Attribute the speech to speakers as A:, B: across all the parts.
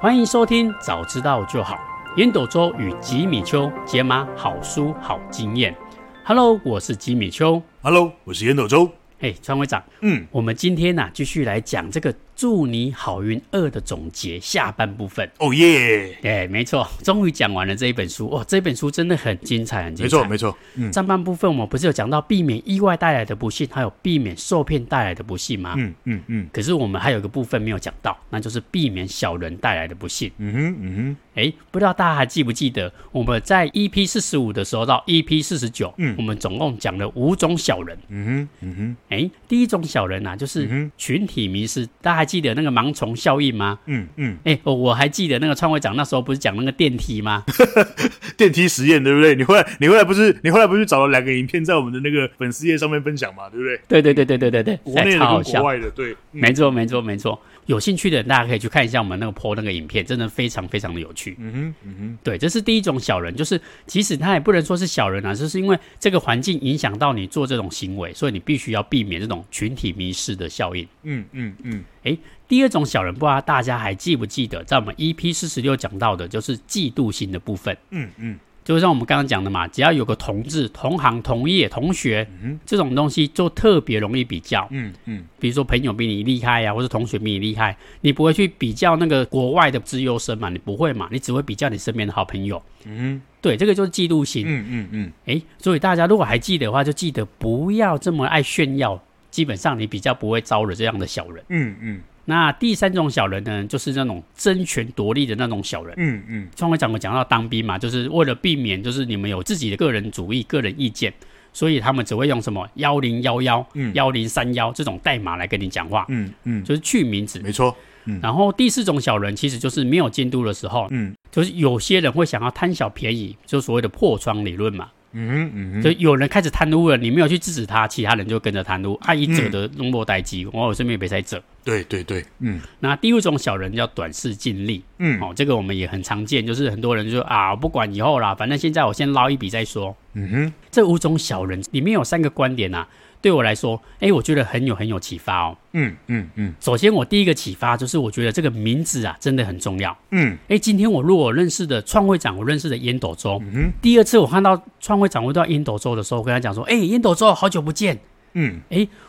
A: 欢迎收听《早知道就好》，烟斗周与吉米秋解码好书好经验。Hello，我是吉米秋。
B: Hello，我是烟斗周。
A: 哎，川会长，
B: 嗯，
A: 我们今天呢、继续来讲这个“祝你好运二”的总结下半部分。
B: 哦耶，
A: 哎，没错，终于讲完了这一本书。哇，这本书真的很精彩，很精彩。
B: 没错没错，嗯
A: 上半部分我们不是有讲到避免意外带来的不幸，还有避免受骗带来的不幸吗？
B: 嗯嗯嗯
A: 可是我们还有一个部分没有讲到，那就是避免小人带来的不幸。
B: 嗯哼嗯
A: 诶，不知道大家还记不记得，我们在 EP 四十五的时候到 EP 四十九，
B: 嗯
A: 我们总共讲了五种小人。
B: 哼嗯哼嗯哼嗯
A: 诶，第一种小人啊，就是
B: 哼
A: 群体迷失。大家还记得那个盲从效应吗？
B: 嗯嗯，
A: 诶，哦我还记得那个川会长那时候不是讲那个电梯吗？
B: 电梯实验对不对？你后来你后来不是你后来不是找了两个影片在我们的那个粉丝页上面分享嘛，对不对？
A: 对对对对对对对，
B: 国内
A: 哎
B: 的
A: 超好
B: 跟
A: 笑
B: 国。外的，对，嗯
A: 没错，没错，没错。有兴趣的人，大家可以去看一下我们那个 PO 那个影片，真的非常非常的有趣。
B: 嗯哼嗯哼
A: 对，这是第一种小人，就是即使他也不能说是小人啊，就是因为这个环境影响到你做这种行为，所以你必须要避免这种群体迷失的效应。
B: 嗯嗯嗯，
A: 诶，第二种小人，不知道大家还记不记得，在我们 EP 四十六讲到的，就是嫉妒心的部分。
B: 嗯嗯
A: 就像我们刚刚讲的嘛，只要有个同志、同行、同业、同学、这种东西，就特别容易比较。
B: 嗯嗯
A: 比如说朋友比你厉害呀、啊或者同学比你厉害，你不会去比较那个国外的资优生嘛？你不会嘛？你只会比较你身边的好朋友。
B: 嗯
A: 对，这个就是嫉妒心。
B: 嗯嗯嗯，
A: 诶，所以大家如果还记得的话，就记得不要这么爱炫耀。基本上你比较不会招惹这样的小人。
B: 嗯嗯
A: 那第三种小人呢，就是那种争权夺利的那种小人。
B: 嗯嗯
A: 创会长我讲到当兵嘛，就是为了避免就是你们有自己的个人主义、个人意见，所以他们只会用什么幺零幺幺、
B: 嗯
A: 幺零三幺这种代码来跟你讲话，
B: 嗯嗯，
A: 就是去名字。
B: 没错，
A: 然后第四种小人其实就是没有监督的时候，
B: 嗯
A: 就是有些人会想要贪小便宜，就所谓的破窗理论嘛。
B: 嗯哼嗯
A: 就
B: 哼，
A: 有人开始贪污了，你没有去制止他，其他人就跟着贪
B: 嗯
A: 污，啊，一者的弄莫待机，我身边也被在者。
B: 对对对，嗯
A: 那第五种小人叫短视近利，
B: 嗯
A: 哦，这个我们也很常见，就是很多人就说啊，我不管以后啦，反正现在我先捞一笔再说。
B: 嗯哼
A: 这五种小人里面有三个观点呐、啊，对我来说，哎，我觉得很有很有启发哦。
B: 嗯嗯嗯
A: 首先，我第一个启发就是我觉得这个名字啊真的很重要。
B: 嗯
A: 哎，今天我如果认识的创会长，我认识的烟斗周，
B: 嗯哼
A: 第二次我看到创会长我遇到烟斗周的时候，我跟他讲说，哎，烟斗周，好久不见。
B: 嗯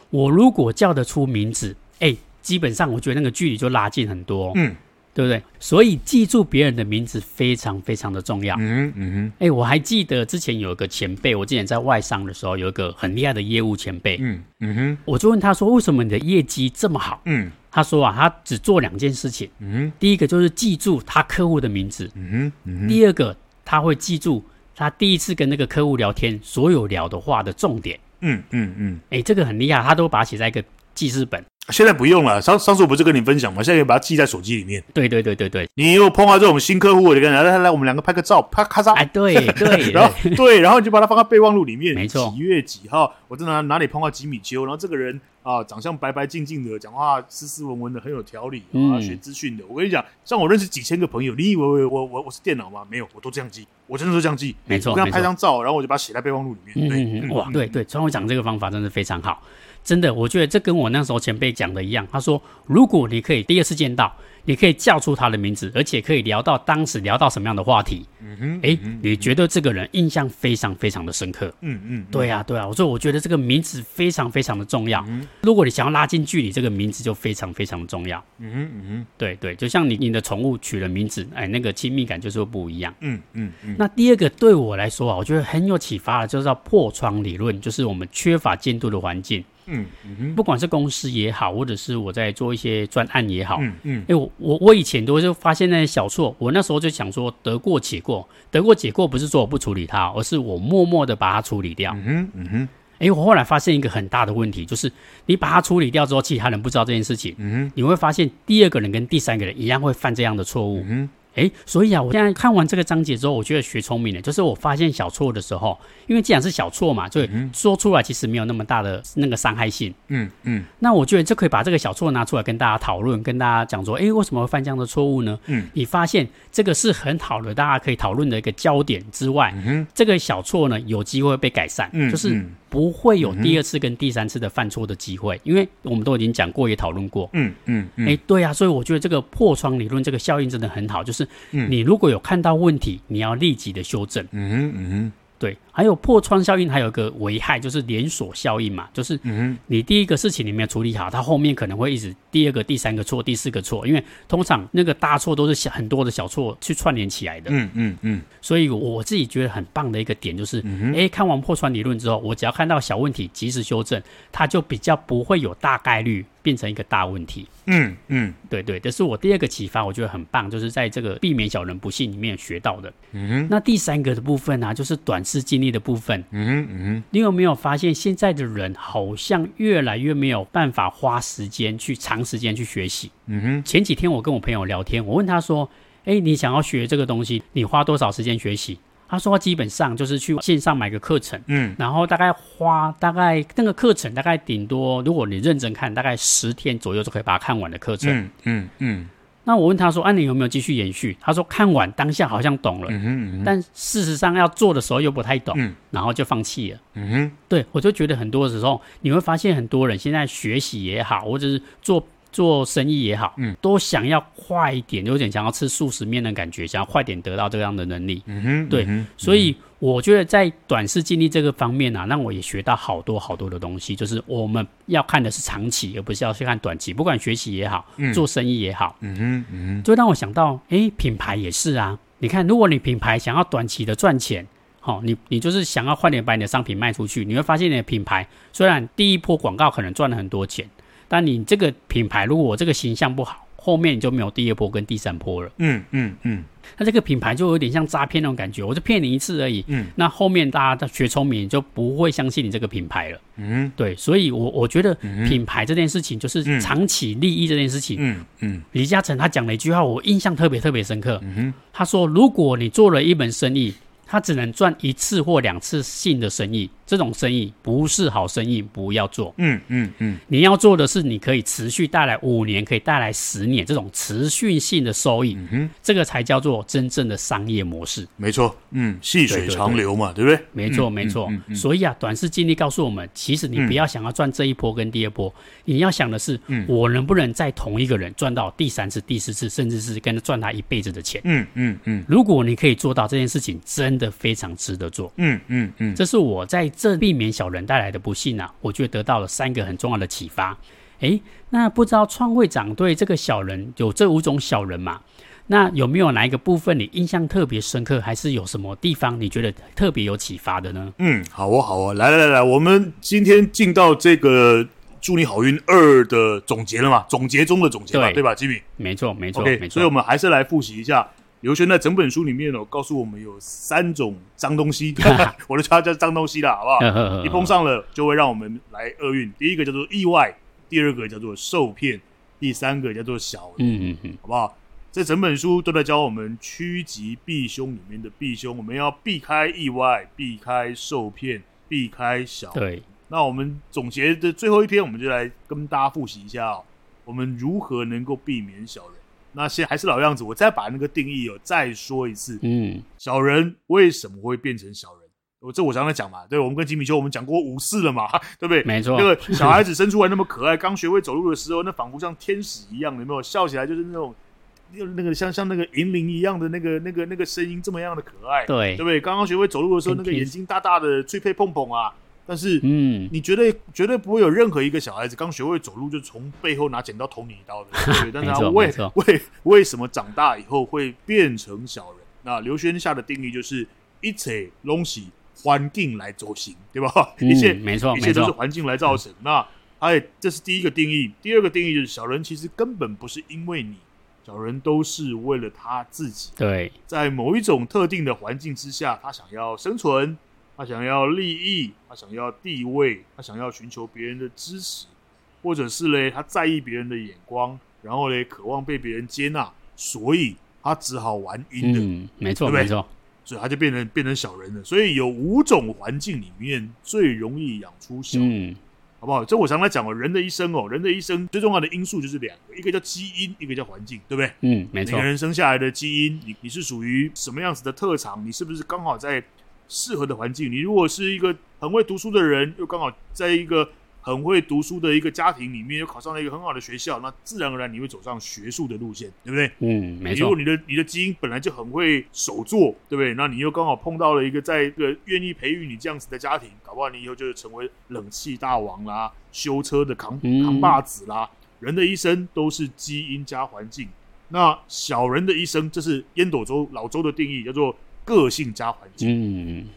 A: 我如果叫得出名字，哎，基本上我觉得那个距离就拉近很多，
B: 嗯
A: 对不对？所以记住别人的名字非常非常的重要。
B: 嗯嗯
A: 哎、我还记得之前有一个前辈，我之前在外商的时候，有一个很厉害的业务前辈，
B: 嗯嗯哼。
A: 我就问他说：“为什么你的业绩这么好
B: 嗯？”
A: 他说：“啊，他只做两件事情，
B: 嗯
A: 第一个就是记住他客户的名字，
B: 嗯嗯
A: 第二个他会记住他第一次跟那个客户聊天所有聊的话的重点。
B: 嗯嗯嗯，
A: 哎、这个很厉害，他都把它写在一个记事本。
B: 现在不用了。上上次我不是跟你分享吗？现在可以把它记在手机里面。
A: 对对对对对，
B: 你又碰到这种新客户，我就跟他来来来，我们两个拍个照，啪咔嚓。
A: 哎，对对，
B: 然后对，然后你就把它放在备忘录里面。
A: 没错
B: 几月几号，我在哪哪里碰到吉米鸠，然后这个人啊，长相白白净净的，讲话斯斯文文的，很有条理啊，
A: 嗯
B: 学资讯的。我跟你讲，像我认识几千个朋友，你以为我我我我是电脑吗？没有，我都这样记，我真的都这样记。
A: 没错
B: 我跟
A: 没
B: 他
A: 错
B: 拍张照，然后我就把它写在备忘录里面。对，
A: 嗯嗯嗯，哇，对对，川会长这个方法真的非常好，真的，我觉得这跟我那时候前辈讲的一样。他说，如果你可以第二次见到，你可以叫出他的名字，而且可以聊到当时聊到什么样的话题，
B: 嗯哼，
A: 诶，你觉得这个人印象非常非常的深刻。
B: 嗯嗯，嗯
A: 对呀、啊，对啊，我说我觉得这个名字非常非常的重要。如果你想要拉近距离，这个名字就非常非常的重要。
B: 嗯哼嗯哼，
A: 对对，就像你你的宠物取了名字，哎，那个亲密感就是会不一样。
B: 嗯嗯嗯。
A: 那第二个对我来说啊，我觉得很有启发的，就是叫破窗理论，就是我们缺乏监督的环境，
B: 嗯嗯
A: 不管是公司也好，或者是我在做一些专案也好。
B: 嗯嗯
A: 哎、我我我以前都就发现那些小错，我那时候就想说得过且过，得过且过不是说我不处理它，而是我默默的把它处理掉。
B: 嗯嗯哼
A: 哎、我后来发现一个很大的问题，就是你把它处理掉之后，其他人不知道这件事情，
B: 嗯
A: 你会发现第二个人跟第三个人一样会犯这样的错误。
B: 嗯
A: 诶，所以啊，我现在看完这个章节之后，我觉得学聪明了。就是我发现小错的时候，因为既然是小错嘛，所以说出来其实没有那么大的那个伤害性。
B: 嗯嗯
A: 那我觉得就可以把这个小错拿出来跟大家讨论，跟大家讲说，诶，为什么会犯这样的错误呢？
B: 嗯，
A: 你发现这个是很好的，大家可以讨论的一个焦点之外，
B: 嗯哼
A: 这个小错呢有机会被改善，
B: 嗯，
A: 就是
B: 嗯
A: 不会有第二次跟第三次的犯错的机会，因为我们都已经讲过，也讨论过。
B: 嗯嗯嗯，
A: 哎、对啊，所以我觉得这个破窗理论这个效应真的很好，就是
B: 嗯
A: 你如果有看到问题，你要立即的修正。
B: 嗯哼嗯哼
A: 对，还有破窗效应还有一个危害就是连锁效应嘛，就是
B: 嗯
A: 你第一个事情你没有处理好，它后面可能会一直第二个、第三个错、第四个错，因为通常那个大错都是小很多的小错去串联起来的。
B: 嗯嗯嗯
A: 所以我自己觉得很棒的一个点就是，诶，看完破窗理论之后，我只要看到小问题及时修正，它就比较不会有大概率变成一个大问题。
B: 嗯嗯
A: 对对，这是我第二个启发，我觉得很棒，就是在这个避免小人不幸里面学到的。嗯，那第三个的部分呢、啊，就是短视经历的部分。
B: 嗯哼嗯
A: 你有没有发现现在的人好像越来越没有办法花时间去长时间去学习？
B: 嗯哼
A: 前几天我跟我朋友聊天，我问他说：“哎、你想要学这个东西，你花多少时间学习？”他说：“基本上就是去线上买个课程，
B: 嗯
A: 然后大概花大概那个课程大概顶多，如果你认真看，大概十天左右就可以把它看完的课程。
B: 嗯嗯嗯
A: 那我问他说：‘啊，你有没有继续延续？’他说：‘看完当下好像懂了，
B: 嗯哼
A: 但事实上要做的时候又不太懂，
B: 嗯
A: 然后就放弃了。’
B: 嗯哼
A: 对，我就觉得很多时候你会发现，很多人现在学习也好，或者是做做生意也好，嗯，都想要快一点，有点想要吃速食面的感觉，想要快点得到这样的能力。
B: 嗯哼，
A: 对，所以我觉得在短视经历这个方面啊，让我也学到好多好多的东西，就是我们要看的是长期，而不是要去看短期。不管学习也好，做生意也好，
B: 嗯哼嗯
A: 就让我想到，诶，品牌也是啊。你看，如果你品牌想要短期的赚钱，好、你你就是想要快点把你的商品卖出去，你会发现你的品牌虽然第一波广告可能赚了很多钱，但你这个品牌如果我这个形象不好，后面你就没有第二波跟第三波了。
B: 嗯嗯嗯
A: 那这个品牌就有点像诈骗那种感觉，我就骗你一次而已。
B: 嗯，
A: 那后面大家都学聪明，就不会相信你这个品牌了。
B: 嗯
A: 对，所以我我觉得品牌这件事情，就是长期利益这件事情，
B: 嗯嗯
A: 李嘉诚他讲了一句话，我印象特别特别深刻。他说：“如果你做了一门生意，他只能赚一次或两次性的生意，这种生意不是好生意，不要做。
B: 嗯嗯嗯
A: 你要做的是，你可以持续带来五年，可以带来十年这种持续性的收益，
B: 嗯哼
A: 这个才叫做真正的商业模式。”
B: 没错，嗯，细水长流嘛，对不对？
A: 没错，没错。
B: 嗯嗯
A: 所以啊，短视经历告诉我们，其实你不要想要赚这一波跟第二波，
B: 嗯
A: 你要想的是，我能不能在同一个人赚到第三次、第四次，甚至是跟他赚他一辈子的钱。
B: 嗯嗯嗯
A: 如果你可以做到这件事情，真的非常值得做。
B: 嗯嗯嗯
A: 这是我在这避免小人带来的不幸啊，我觉得得到了三个很重要的启发。诶，那不知道创会长对这个小人有这五种小人嘛？那有没有哪一个部分你印象特别深刻，还是有什么地方你觉得特别有启发的呢？
B: 嗯，好哦好哦，来来来来，我们今天进到这个祝你好运二的总结了嘛？总结中的总结嘛，对吧，吉米？
A: 没错，没错
B: OK，
A: 没
B: 所以我
A: 错，
B: 们还是来复习一下刘轩在整本书里面哦，告诉我们有三种脏东西， 我都叫它叫脏东西啦，好不好？
A: 呵呵呵
B: 一碰上了就会让我们来厄运。第一个叫做意外，第二个叫做受骗，第三个叫做小人，
A: 嗯嗯嗯，
B: 好不好？这整本书都在教我们趋吉避凶里面的避凶，我们要避开意外，避开受骗，避开小人。
A: 对，
B: 那我们总结的最后一篇，我们就来跟大家复习一下、哦，我们如何能够避免小人。那先还是老样子，我再把那个定义哦再说一次：
A: 嗯，
B: 小人为什么会变成小人？我这我常常讲嘛，对我们跟吉米丘我们讲过五次了嘛， 对不对？
A: 没错
B: 那，个小孩子生出来那么可爱，刚学会走路的时候，那仿佛像天使一样，有没有？笑起来就是那种，就是那个像像那个银铃一样的那个那个那个声音，这么样的可爱，
A: 对
B: 对，不对？刚刚学会走路的时候，那
A: 很
B: 个
A: 天
B: 眼
A: 使
B: 睛大大的，翠佩碰碰啊，但是
A: 嗯，
B: 你绝对绝对不会有任何一个小孩子刚学会走路就从背后拿剪刀捅你一 刀的，对，但是他
A: 没错
B: 为
A: 没错
B: 为为什么长大以后会变成小人？那刘轩下的定义就是一切东西环境来走行，对吧？
A: 嗯
B: 一切
A: 没错
B: 一切都
A: 没
B: 是
A: 错嗯
B: 环境来造成。那哎，这是第一个定义。第二个定义就是小人其实根本不是因为你，小人都是为了他自己。
A: 对，
B: 在某一种特定的环境之下，他想要生存，他想要利益，他想要地位，他想要寻求别人的支持，或者是嘞，他在意别人的眼光，然后嘞，渴望被别人接纳，所以他只好玩阴的，
A: 嗯，没错，
B: 对不对
A: 没错，
B: 所以他就变成变成小人了。所以有五种环境里面最容易养出小人，
A: 嗯，
B: 好不好？这我常来讲哦，人的一生哦，人的一生最重要的因素就是两个，一个叫基因，一个叫环境，对不对？
A: 嗯，没错
B: 每个，人生下来的基因，你你是属于什么样子的特长？你是不是刚好在适合的环境。你如果是一个很会读书的人，又刚好在一个很会读书的一个家庭里面，又考上了一个很好的学校，那自然而然你会走上学术的路线，对不对？
A: 嗯，没
B: 如
A: 错
B: 果，你的你的基因本来就很会手做，对不对？那你又刚好碰到了一个在一个愿意培育你这样子的家庭，搞不好你以后就是成为冷气大王啦、修车的扛
A: 嗯
B: 扛把子啦。人的一生都是基因加环境。那小人的一生，这是烟斗周老周的定义，叫做个性加环境，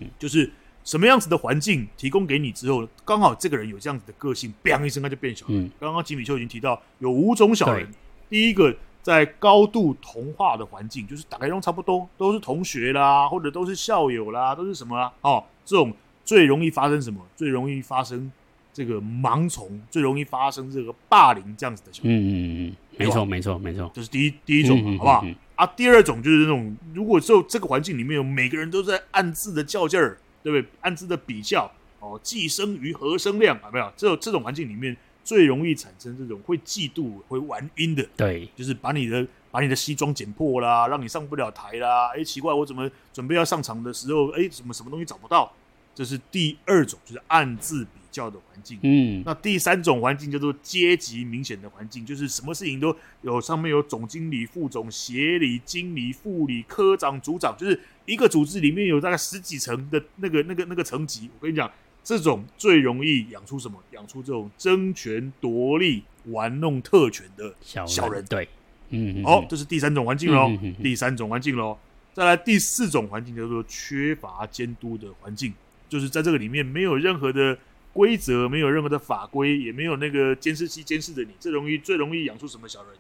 A: 嗯，
B: 就是什么样子的环境提供给你之后，刚好这个人有这样子的个性，砰一声他就变小人。
A: 嗯
B: 刚刚吉米秀已经提到有五种小人
A: 对，
B: 第一个在高度同化的环境，就是大概都差不多都是同学啦，或者都是校友啦，都是什么啊？哦，这种最容易发生什么？最容易发生这个盲从，最容易发生这个霸凌这样子的小
A: 嗯
B: 人，
A: 嗯嗯，没错没错没错，
B: 这、是第一第一种嘛，
A: 嗯嗯
B: 好不好？
A: 嗯嗯
B: 啊，第二种就是那种，如果就这个环境里面有每个人都在暗自的较劲儿，对不对？暗自的比较，哦，既生瑜何生亮，有没有？这种这种环境里面最容易产生这种会嫉妒、会玩阴的，
A: 对，
B: 就是把你的把你的西装剪破啦，让你上不了台啦。哎，奇怪，我怎么准备要上场的时候，哎，怎么什么东西找不到？这是第二种，就是暗自比较的环境。
A: 嗯
B: 那第三种环境叫做阶级明显的环境，就是什么事情都有上面有总经理、副总、协理、经理、副理、科长、组长，就是一个组织里面有大概十几层的那个、那个、那个层级。我跟你讲，这种最容易养出什么？养出这种争权夺利、玩弄特权的
A: 小
B: 小人
A: 对，嗯
B: 哦，，这是第三种环境喽
A: 嗯嗯嗯，嗯
B: 第三种环境喽。再来第四种环境叫做缺乏监督的环境，就是在这个里面没有任何的规则，没有任何的法规，也没有那个监视器监视着你，这容易最容易养出什么小人？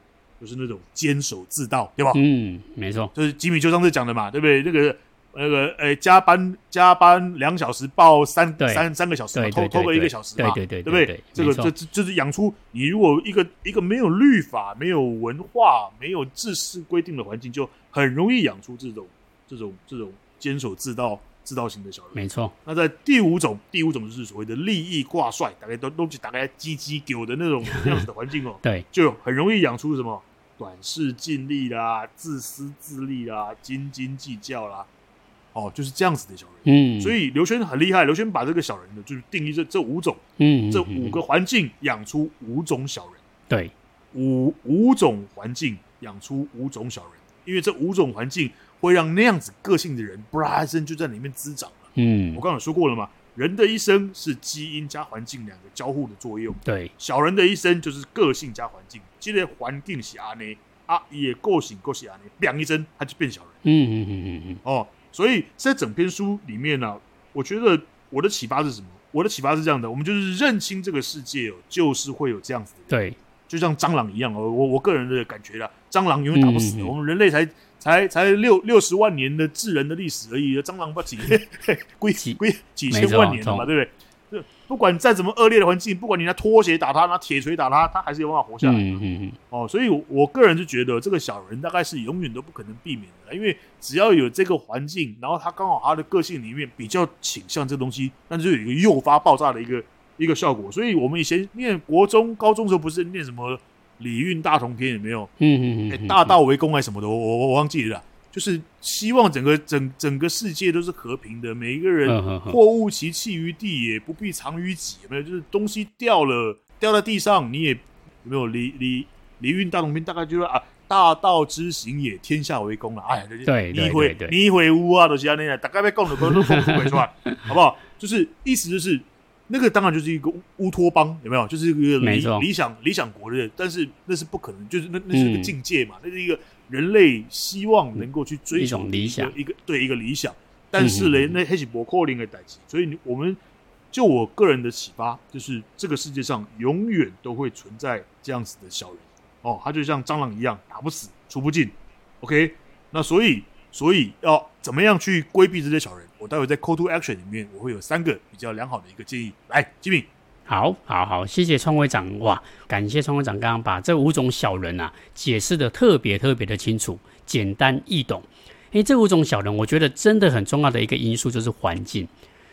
B: 就是那种坚守自盗，对吧？
A: 嗯嗯没错，
B: 就是吉米就上次讲的嘛，对不对？那个那个呃，加班加班两小时报三
A: 对
B: 三三个小时嘛，
A: 对
B: 偷
A: 对
B: 偷
A: 对
B: 个一个
A: 对
B: 小时嘛，
A: 对对
B: 对
A: 对对
B: 不
A: 对
B: 这个
A: 没错
B: 这这这是养出你如果一个一个没有律法、没有文化、没有制式规定的环境，就很容易养出这种这种这种坚守自盗自盗型的小人。
A: 没错，
B: 那在第五种，第五种就是所谓的利益挂帅，大概都都是大概鸡鸡狗的那种那样子的环境哦，
A: 对，
B: 就很容易养出什么短视近利啦、自私自利啦、斤斤计较啦，哦，就是这样子的小人。
A: 嗯，
B: 所
A: 以
B: 以刘轩很厉害，刘轩把这个小人的就是定义这这五种，
A: 嗯
B: 这五个环境养出五种小人，
A: 对，
B: 五五种环境养出五种小人，因为这五种环境会让那样子个性的人，啪一声就在里面滋长了。
A: 嗯
B: 我刚刚有说过了嘛，人的一生是基因加环境两个交互的作用。
A: 对，
B: 小人的一生就是个性加环境，这个环境是安尼，啊也个性够是安尼，砰一声他就变小人
A: 嗯嗯嗯嗯
B: 哦。所以在整篇书里面呢、我觉得我的启发是什么？我的启发是这样的，我们就是认清这个世界哦，就是会有这样子的人，
A: 对，
B: 就像蟑螂一样哦。我我个人的感觉啦，蟑螂永远打不死
A: 嗯
B: 的，
A: 嗯嗯
B: 我们人类才才才六六十万年的智人的历史而已，蟑螂不几 归
A: 几
B: 归几千
A: 没错
B: 万年了
A: 从
B: 嘛，对不对？就不管再怎么恶劣的环境，不管你拿拖鞋打他，拿铁锤打他，他还是有办法活下来。
A: 嗯嗯嗯
B: 哦，所以我，我个人就觉得这个小人大概是永远都不可能避免的，因为只要有这个环境，然后他刚好他的个性里面比较倾向这东西，那就有一个诱发爆炸的一个一个效果。所以我们以前念国中、高中的时候，不是念什么礼运大同篇有没有？
A: 嗯
B: 哎
A: 嗯，
B: 大道为公还是什么的，我我我忘记了啦。就是希望整个整整个世界都是和平的，每一个人
A: 嗯嗯嗯
B: 货物其弃于地也，不必藏于己。有没有？就是东西掉了，掉在地上，你也有没有？礼礼礼运大同篇大概就是啊，大道之行也，天下为公了。哎，就是
A: 对
B: 你
A: 对
B: 回
A: 对对
B: 你回屋啊，都是那样，大概被供的都都供出鬼出来， 好不好？就是意思就是。那个当然就是一个乌乌托邦，有没有？就是一个
A: 没
B: 理
A: 错
B: 理想理想国的，但是那是不可能，就是那那是一个
A: 嗯
B: 境界嘛，那是一个人类希望能够去追
A: 一
B: 求
A: 种
B: 的
A: 理
B: 个
A: 想
B: 一个对一个理想。但是
A: 嗯
B: 呢
A: 嗯，嗯
B: 那黑起博扣零的代际，所以你我们就我个人的启发，就是这个世界上永远都会存在这样子的小人哦，他就像蟑螂一样，打不死，除不尽。OK，那所以所以要怎么样去规避这些小人？我待会在 Call to Action 里面，我会有三个比较良好的一个建议。来，吉米，
A: 好，好，好，谢谢创会长哇！感谢创会长刚刚把这五种小人啊解释的特别特别的清楚、简单易懂。诶，这五种小人，我觉得真的很重要的一个因素就是环境，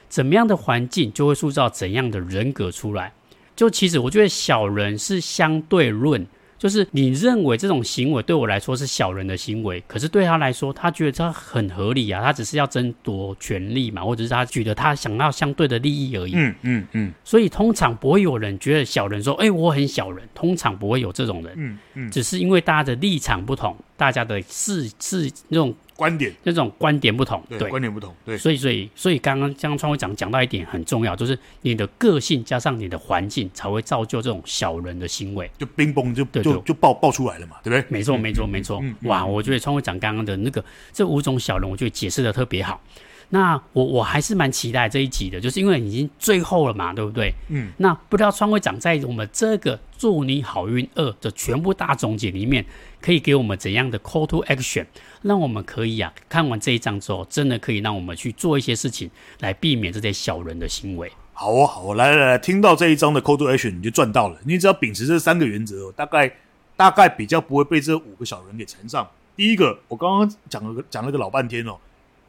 A: 怎么样的环境就会塑造怎样的人格出来。就其实我觉得小人是相对论，就是你认为这种行为对我来说是小人的行为，可是对他来说，他觉得他很合理啊，他只是要争夺权利嘛，或者是他取得他想要相对的利益而已。
B: 嗯嗯嗯
A: 所以通常不会有人觉得小人说，哎、我很小人，通常不会有这种人，
B: 嗯嗯，
A: 只是因为大家的立场不同，大家的视视那种
B: 观点
A: 那种观点不同，
B: 对观点不同，对，
A: 所以，所以，所以刚刚江川会长讲到一点很重要，就是你的个性加上你的环境，才会造就这种小人的行为。
B: 就冰崩就
A: 对
B: 就
A: 就
B: 就爆爆出来了嘛，对不对？
A: 没错，没错，没错
B: 嗯。
A: 哇，我觉得川会长刚刚的那个这五种小人，我觉得解释的特别好。那我我还是蛮期待这一集的，就是因为已经最后了嘛，对不对？
B: 嗯。
A: 那不知道川会长在我们这个“祝你好运二”的全部大总结里面，可以给我们怎样的 call to action，让我们可以啊看完这一章之后，真的可以让我们去做一些事情，来避免这些小人的行为。
B: 好哦，好哦，来来来，听到这一章的 Call to Action 你就赚到了。你只要秉持这三个原则哦，大概大概比较不会被这五个小人给缠上。第一个，我刚刚讲了个讲了个老半天哦，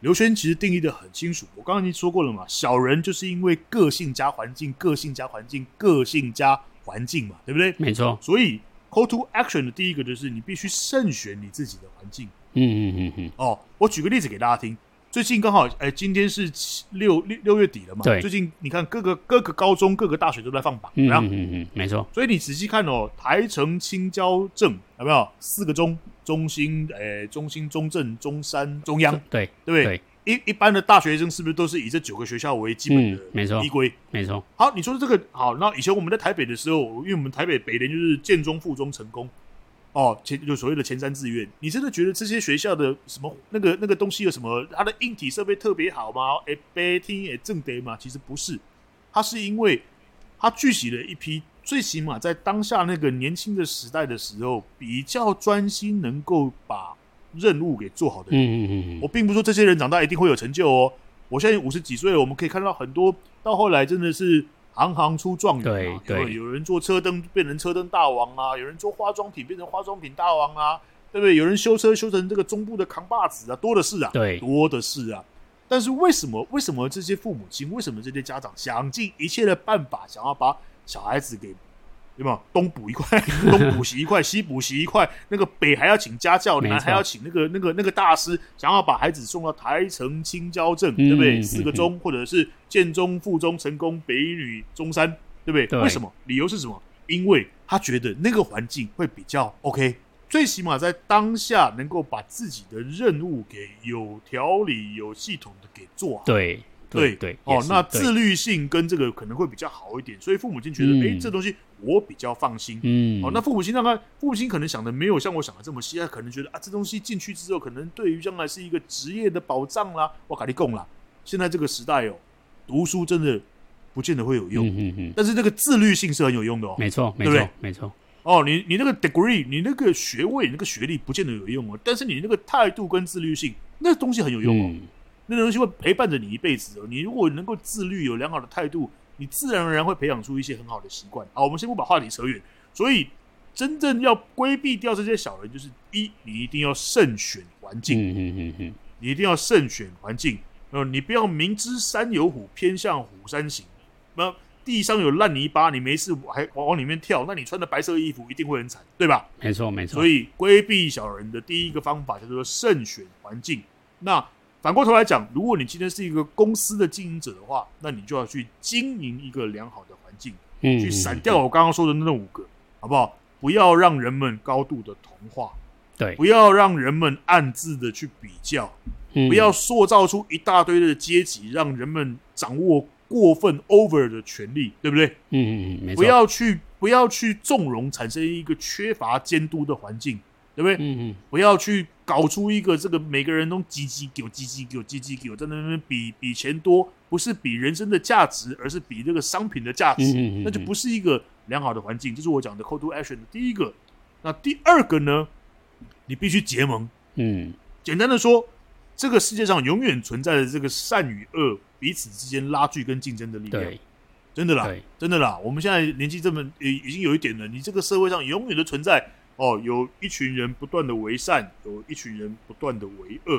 B: 刘轩其实定义的很清楚，我刚刚已经说过了嘛，小人就是因为个性加环境，个性加环境，个性加环境嘛，对不对？
A: 没错，
B: 所以 Call to Action 的第一个就是你必须慎选你自己的环境。
A: 嗯嗯嗯嗯，
B: 哦，我举个例子给大家听。最近刚好，哎、今天是七六六六月底了嘛？
A: 对
B: 最近你看各个各个高中、各个大学都在放榜，
A: 嗯
B: 然
A: 嗯
B: 后、
A: 嗯嗯，没错，
B: 所以你仔细看哦，台城、青椒、正有没有四个中？中心、哎、中心、中正、中山、中央，
A: 对嗯
B: 对不对？一一般的大学生是不是都是以这九个学校为基本
A: 嗯没错
B: 的依归？
A: 没错，
B: 好，你说这个好，那以前我们在台北的时候，因为我们台北北联就是建中、附中、成功，哦，前就所谓的前三志愿，你真的觉得这些学校的什么那个那个东西有什么？它的硬体设备特别好吗？哎，北听也正得吗？其实不是，它是因为它聚集了一批最起码在当下那个年轻的时代的时候，比较专心能够把任务给做好的人。
A: 嗯嗯嗯
B: 我并不是说这些人长大一定会有成就哦。我现在五十几岁了，我们可以看到很多到后来真的是行行出状元、啊，
A: 对
B: 有
A: 对
B: 有人做车灯变成车灯大王啊，有人做化妆品变成化妆品大王啊，对不对？有人修车修成这个中部的扛把子啊，多的是啊，
A: 对
B: 多的是啊。但是为什么为什么这些父母亲，为什么这些家长想尽一切的办法，想要把小孩子给有没有东补一块， 东补习一块，西补习一块，那个北还要请家教，
A: 没错
B: 南还要请那个那个那个大师，想要把孩子送到台城青椒镇，
A: 嗯
B: 对不对？
A: 嗯
B: 四个中或者是建中、附中、成功、北一女、中山，对不对？
A: 对
B: 为什么？理由是什么？因为他觉得那个环境会比较 OK，最起码在当下能够把自己的任务给有条理、有系统的给做好。
A: 对
B: 对
A: 对，也
B: 哦，
A: 是
B: 那
A: 对
B: 自律性跟这个可能会比较好一点，所以父母亲觉得，
A: 嗯
B: 哎、这东西我比较放心。
A: 嗯，
B: 哦，那父母亲让他，父母亲可能想的没有像我想的这么细，他可能觉得啊，这东西进去之后，可能对于将来是一个职业的保障啦，我卡利贡啦。现在这个时代哦，读书真的不见得会有用，
A: 嗯嗯嗯，
B: 但是那个自律性是很有用的哦。
A: 没错没
B: 对不
A: 错
B: 对
A: 没错，
B: 哦，你你那个 degree，你那个学位、你那个学历不见得有用哦，但是你那个态度跟自律性，那东西很有用哦。
A: 嗯
B: 那东西会陪伴着你一辈子哦。你如果能够自律，有良好的态度，你自然而然会培养出一些很好的习惯。好，我们先不把话题扯远。所以，真正要规避掉这些小人，就是一，你一定要慎选环境，
A: 嗯嗯嗯嗯，
B: 你一定要慎选环境。呃，你不要明知山有虎，偏向虎山行。那地上有烂泥巴，你没事还往往里面跳，那你穿的白色衣服一定会很惨，对吧？
A: 没错没错，
B: 所以规避小人的第一个方法叫做慎选环境。那反过头来讲，如果你今天是一个公司的经营者的话，那你就要去经营一个良好的环境，
A: 以
B: 去闪掉我刚刚说的那五个，好不好？不要让人们高度的同化，
A: 对，
B: 不要让人们暗自的去比较，
A: 不
B: 不要塑造出一大堆的阶级，让人们掌握过分 over 的权利，对不对？
A: 嗯嗯嗯，没错，
B: 不要去不要去纵容产生一个缺乏监督的环境，对不对？
A: 嗯嗯
B: 不要去搞出一个这个每个人都叽叽狗、叽叽狗、叽叽狗，在那边比比钱多，不是比人生的价值，而是比这个商品的价值，
A: 嗯嗯嗯，
B: 那就不是一个良好的环境。这是我讲的 call to action 的第一个。那第二个呢？你必须结盟。
A: 嗯
B: 简单的说，这个世界上永远存在着这个善与恶彼此之间拉锯跟竞争的力量。
A: 嗯对
B: 真的啦，
A: 对
B: 真的啦，我们现在年纪这么呃已已经有一点了，你这个社会上永远的存在哦，有一群人不断的为善，有一群人不断的为恶，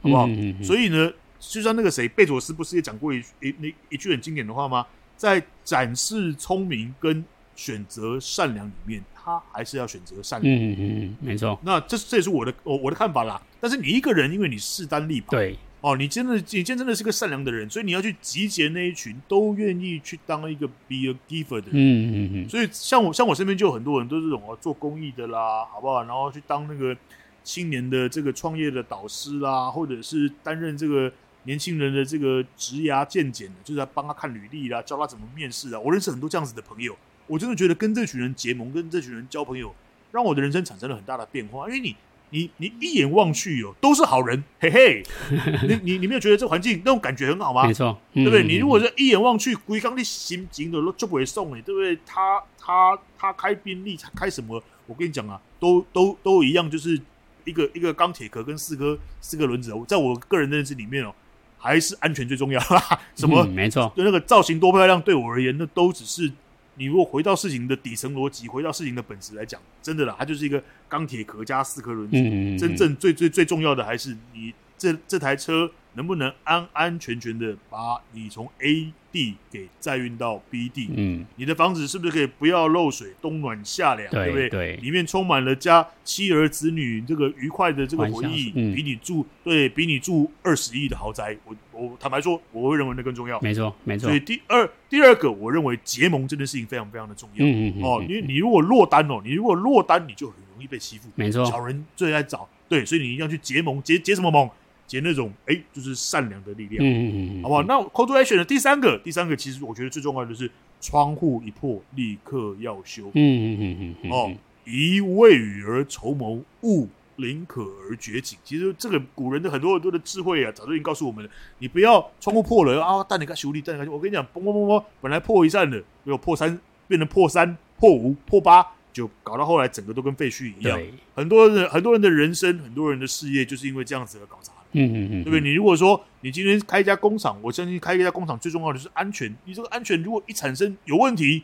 B: 好不好？
A: 嗯嗯
B: 所以呢，就像那个谁，贝佐斯不是也讲过一一那一句很经典的话吗？在展示聪明跟选择善良里面，他还是要选择善良。
A: 嗯嗯嗯，没错，
B: 那这这也是我的我我的看法啦。但是你一个人，因为你势单力薄，
A: 对，
B: 哦，你真的你今天真的是个善良的人，所以你要去集结那一群都愿意去当一个 be a giver 的人。
A: 嗯嗯嗯
B: 所以像我像我身边就有很多人都是这种哦，做公益的啦，好不好？然后去当那个青年的这个创业的导师啦，或者是担任这个年轻人的这个职涯见检的，就是在帮他看履历啦，教他怎么面试啊。我认识很多这样子的朋友，我真的觉得跟这群人结盟，跟这群人交朋友，让我的人生产生了很大的变化。因为你。你你一眼望去哦，都是好人，嘿嘿， 你你你没有觉得这环境那种感觉很好吗
A: 嗯，没？错，对
B: 啊对不对？你如果是一眼望去，龟缸的心情的就不会送你，对不对？他他他开宾利，他开什么？我跟你讲啊，都都都一样，就是一个一个钢铁壳跟四颗四个轮子。哦我在我个人的认知里面哦，还是安全最重要啦。什么
A: 嗯没错，
B: 对那个造型多漂亮，对我而言，那都只是你如果回到事情的底层逻辑，回到事情的本质来讲，真的啦，它就是一个钢铁壳加四颗轮子。
A: 嗯嗯，嗯
B: 真正最最最重要的还是你这这台车能不能安安全全的把你从 A 地给载运到 B 地。
A: 嗯，
B: 你的房子是不是可以不要漏水，冬暖夏凉，
A: 对
B: 不对？
A: 对
B: 里面充满了家妻儿子女这个愉快的这个回
A: 欢
B: 忆
A: 笑，嗯
B: 比你住对比你住二十亿的豪宅，我我坦白说，我会认为那更重要。
A: 没错没错
B: 所以，第二第二个，我认为结盟这件事情非常非常的重要。
A: 嗯嗯嗯
B: 哦，
A: 嗯
B: 因为你如果落单哦，你如果落单，你就很容易被欺负。
A: 没错，
B: 小人最爱找，对，所以你一定要去结盟，结结什么盟？结那种哎、就是善良的力
A: 嗯
B: 量，
A: 嗯嗯，
B: 好不好？那 call to action 的第三个，第三个其实我觉得最重要的就是窗户一破，立刻要修、
A: 嗯？嗯嗯嗯嗯，
B: 哦，一未雨而绸缪，勿临渴而绝井。其实这个古人的很多很多的智慧啊，早就已经告诉我们了，你不要窗户破了啊，但你该修理，但你该修理，我跟你讲，嘣嘣嘣嘣，本来破一扇的，结果破三变成破三、破五、破八，就搞到后来整个都跟废墟一样。
A: 对，
B: 很多人很多人的人生，很多人的事业就是因为这样子而搞砸了，
A: 嗯嗯嗯，
B: 对不对？你如果说你今天开一家工厂，我相信开一家工厂最重要的是安全。你这个安全如果一产生有问题，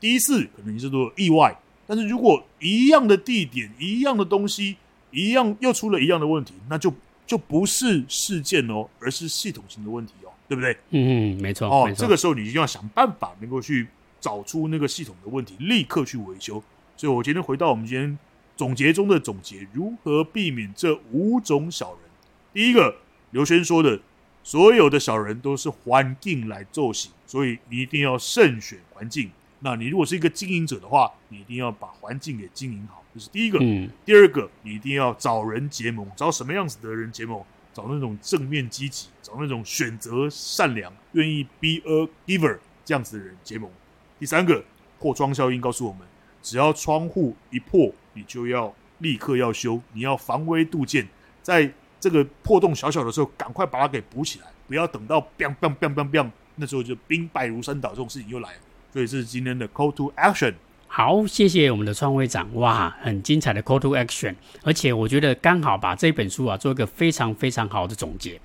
B: 第一次可能你是都有意外，但是如果一样的地点、一样的东西、一样又出了一样的问题，那就就不是事件哦，而是系统性的问题哦，对不对？
A: 嗯嗯没错
B: 哦
A: 没，错
B: 这个时候你一定要想办法能够去找出那个系统的问题，立刻去维修。所以我今天回到我们今天总结中的总结，如何避免这五种小人？第一个，刘轩说的，所有的小人都是环境来奏行，所以你一定要慎选环境。那你如果是一个经营者的话，你一定要把环境给经营好，这是第一个。
A: 嗯
B: 第二个，你一定要找人结盟，找什么样子的人结盟？找那种正面积极，找那种选择善良、愿意 be a giver 这样子的人结盟。第三个，破窗效应告诉我们，只要窗户一破，你就要立刻要修，你要防微杜渐，在这个破洞小小的时候，赶快把它给补起来，不要等到 biang biang biang biang biang，那时候就兵败如山倒，这种事情又来了。所以这是今天的 call to action。
A: 好，谢谢我们的创会长，哇，很精彩的 call to action，而且我觉得刚好把这本书啊做一个非常非常好的总结。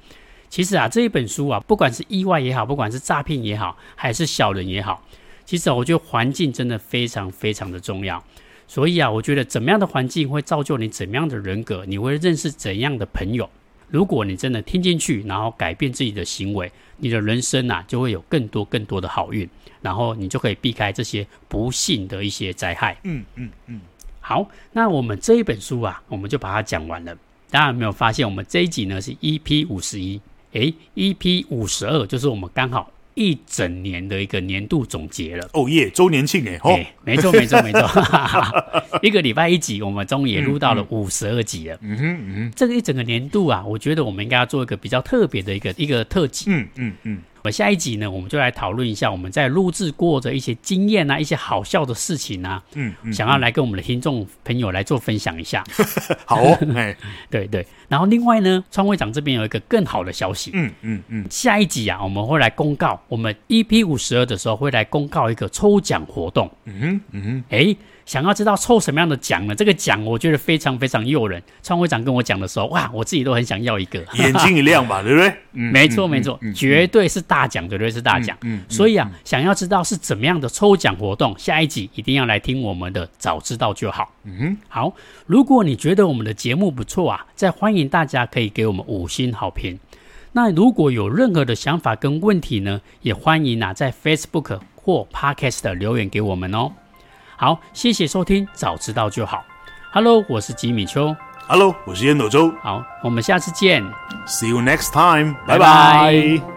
A: 其实啊，这一本书啊，不管是意外也好，不管是诈骗也好，还是小人也好，其实啊，我觉得环境真的非常非常的重要。所以啊，我觉得怎么样的环境会造就你怎么样的人格，你会认识怎样的朋友。如果你真的听进去，然后改变自己的行为，你的人生啊就会有更多更多的好运，然后你就可以避开这些不幸的一些灾害。
B: 嗯嗯嗯，
A: 好，那我们这一本书啊，我们就把它讲完了。大家有没有发现，我们这一集呢是 EP 五十一，诶，EP 五十二就是我们刚好一整年的一个年度总结了。
B: 哦耶，周年庆哎，吼、
A: 哎，没错，没错，没错， 哈哈哈一个礼拜一集，我们终于也录到了五十二集了。
B: 嗯哼嗯哼。
A: 这个一整个年度啊，我觉得我们应该要做一个比较特别的一个一个特辑。
B: 嗯嗯嗯，
A: 我们下一集呢，我们就来讨论一下我们在录制过的一些经验啊，一些好笑的事情啊，
B: 嗯嗯，
A: 想要来跟我们的听众朋友来做分享一下。
B: 好 哦，哎，
A: 对对，然后另外呢，川会长这边有一个更好的消息，
B: 嗯嗯嗯，
A: 下一集啊，我们会来公告，我们 EP 五十二的时候会来公告一个抽奖活动。
B: 嗯哼嗯哼，
A: 诶，想要知道抽什么样的奖呢？这个奖我觉得非常非常诱人。川会长跟我讲的时候，哇，我自己都很想要一个。
B: 眼睛一亮吧，对不对？嗯，
A: 没错，没错，绝对是大奖，绝对是大奖。
B: 嗯嗯嗯
A: 所以啊，想要知道是怎么样的抽奖活动，下一集一定要来听我们的，早知道就好。
B: 嗯哼，
A: 好，如果你觉得我们的节目不错啊，再欢迎大家可以给我们五星好评。那如果有任何的想法跟问题呢，也欢迎啊在 Facebook 或 Podcast 留言给我们哦。好，谢谢收听，早知道就好。Hello，我是吉米秋。
B: Hello，我是烟斗周
A: 好，我们下次见。
B: ，See you next time，
A: 拜拜
B: 拜拜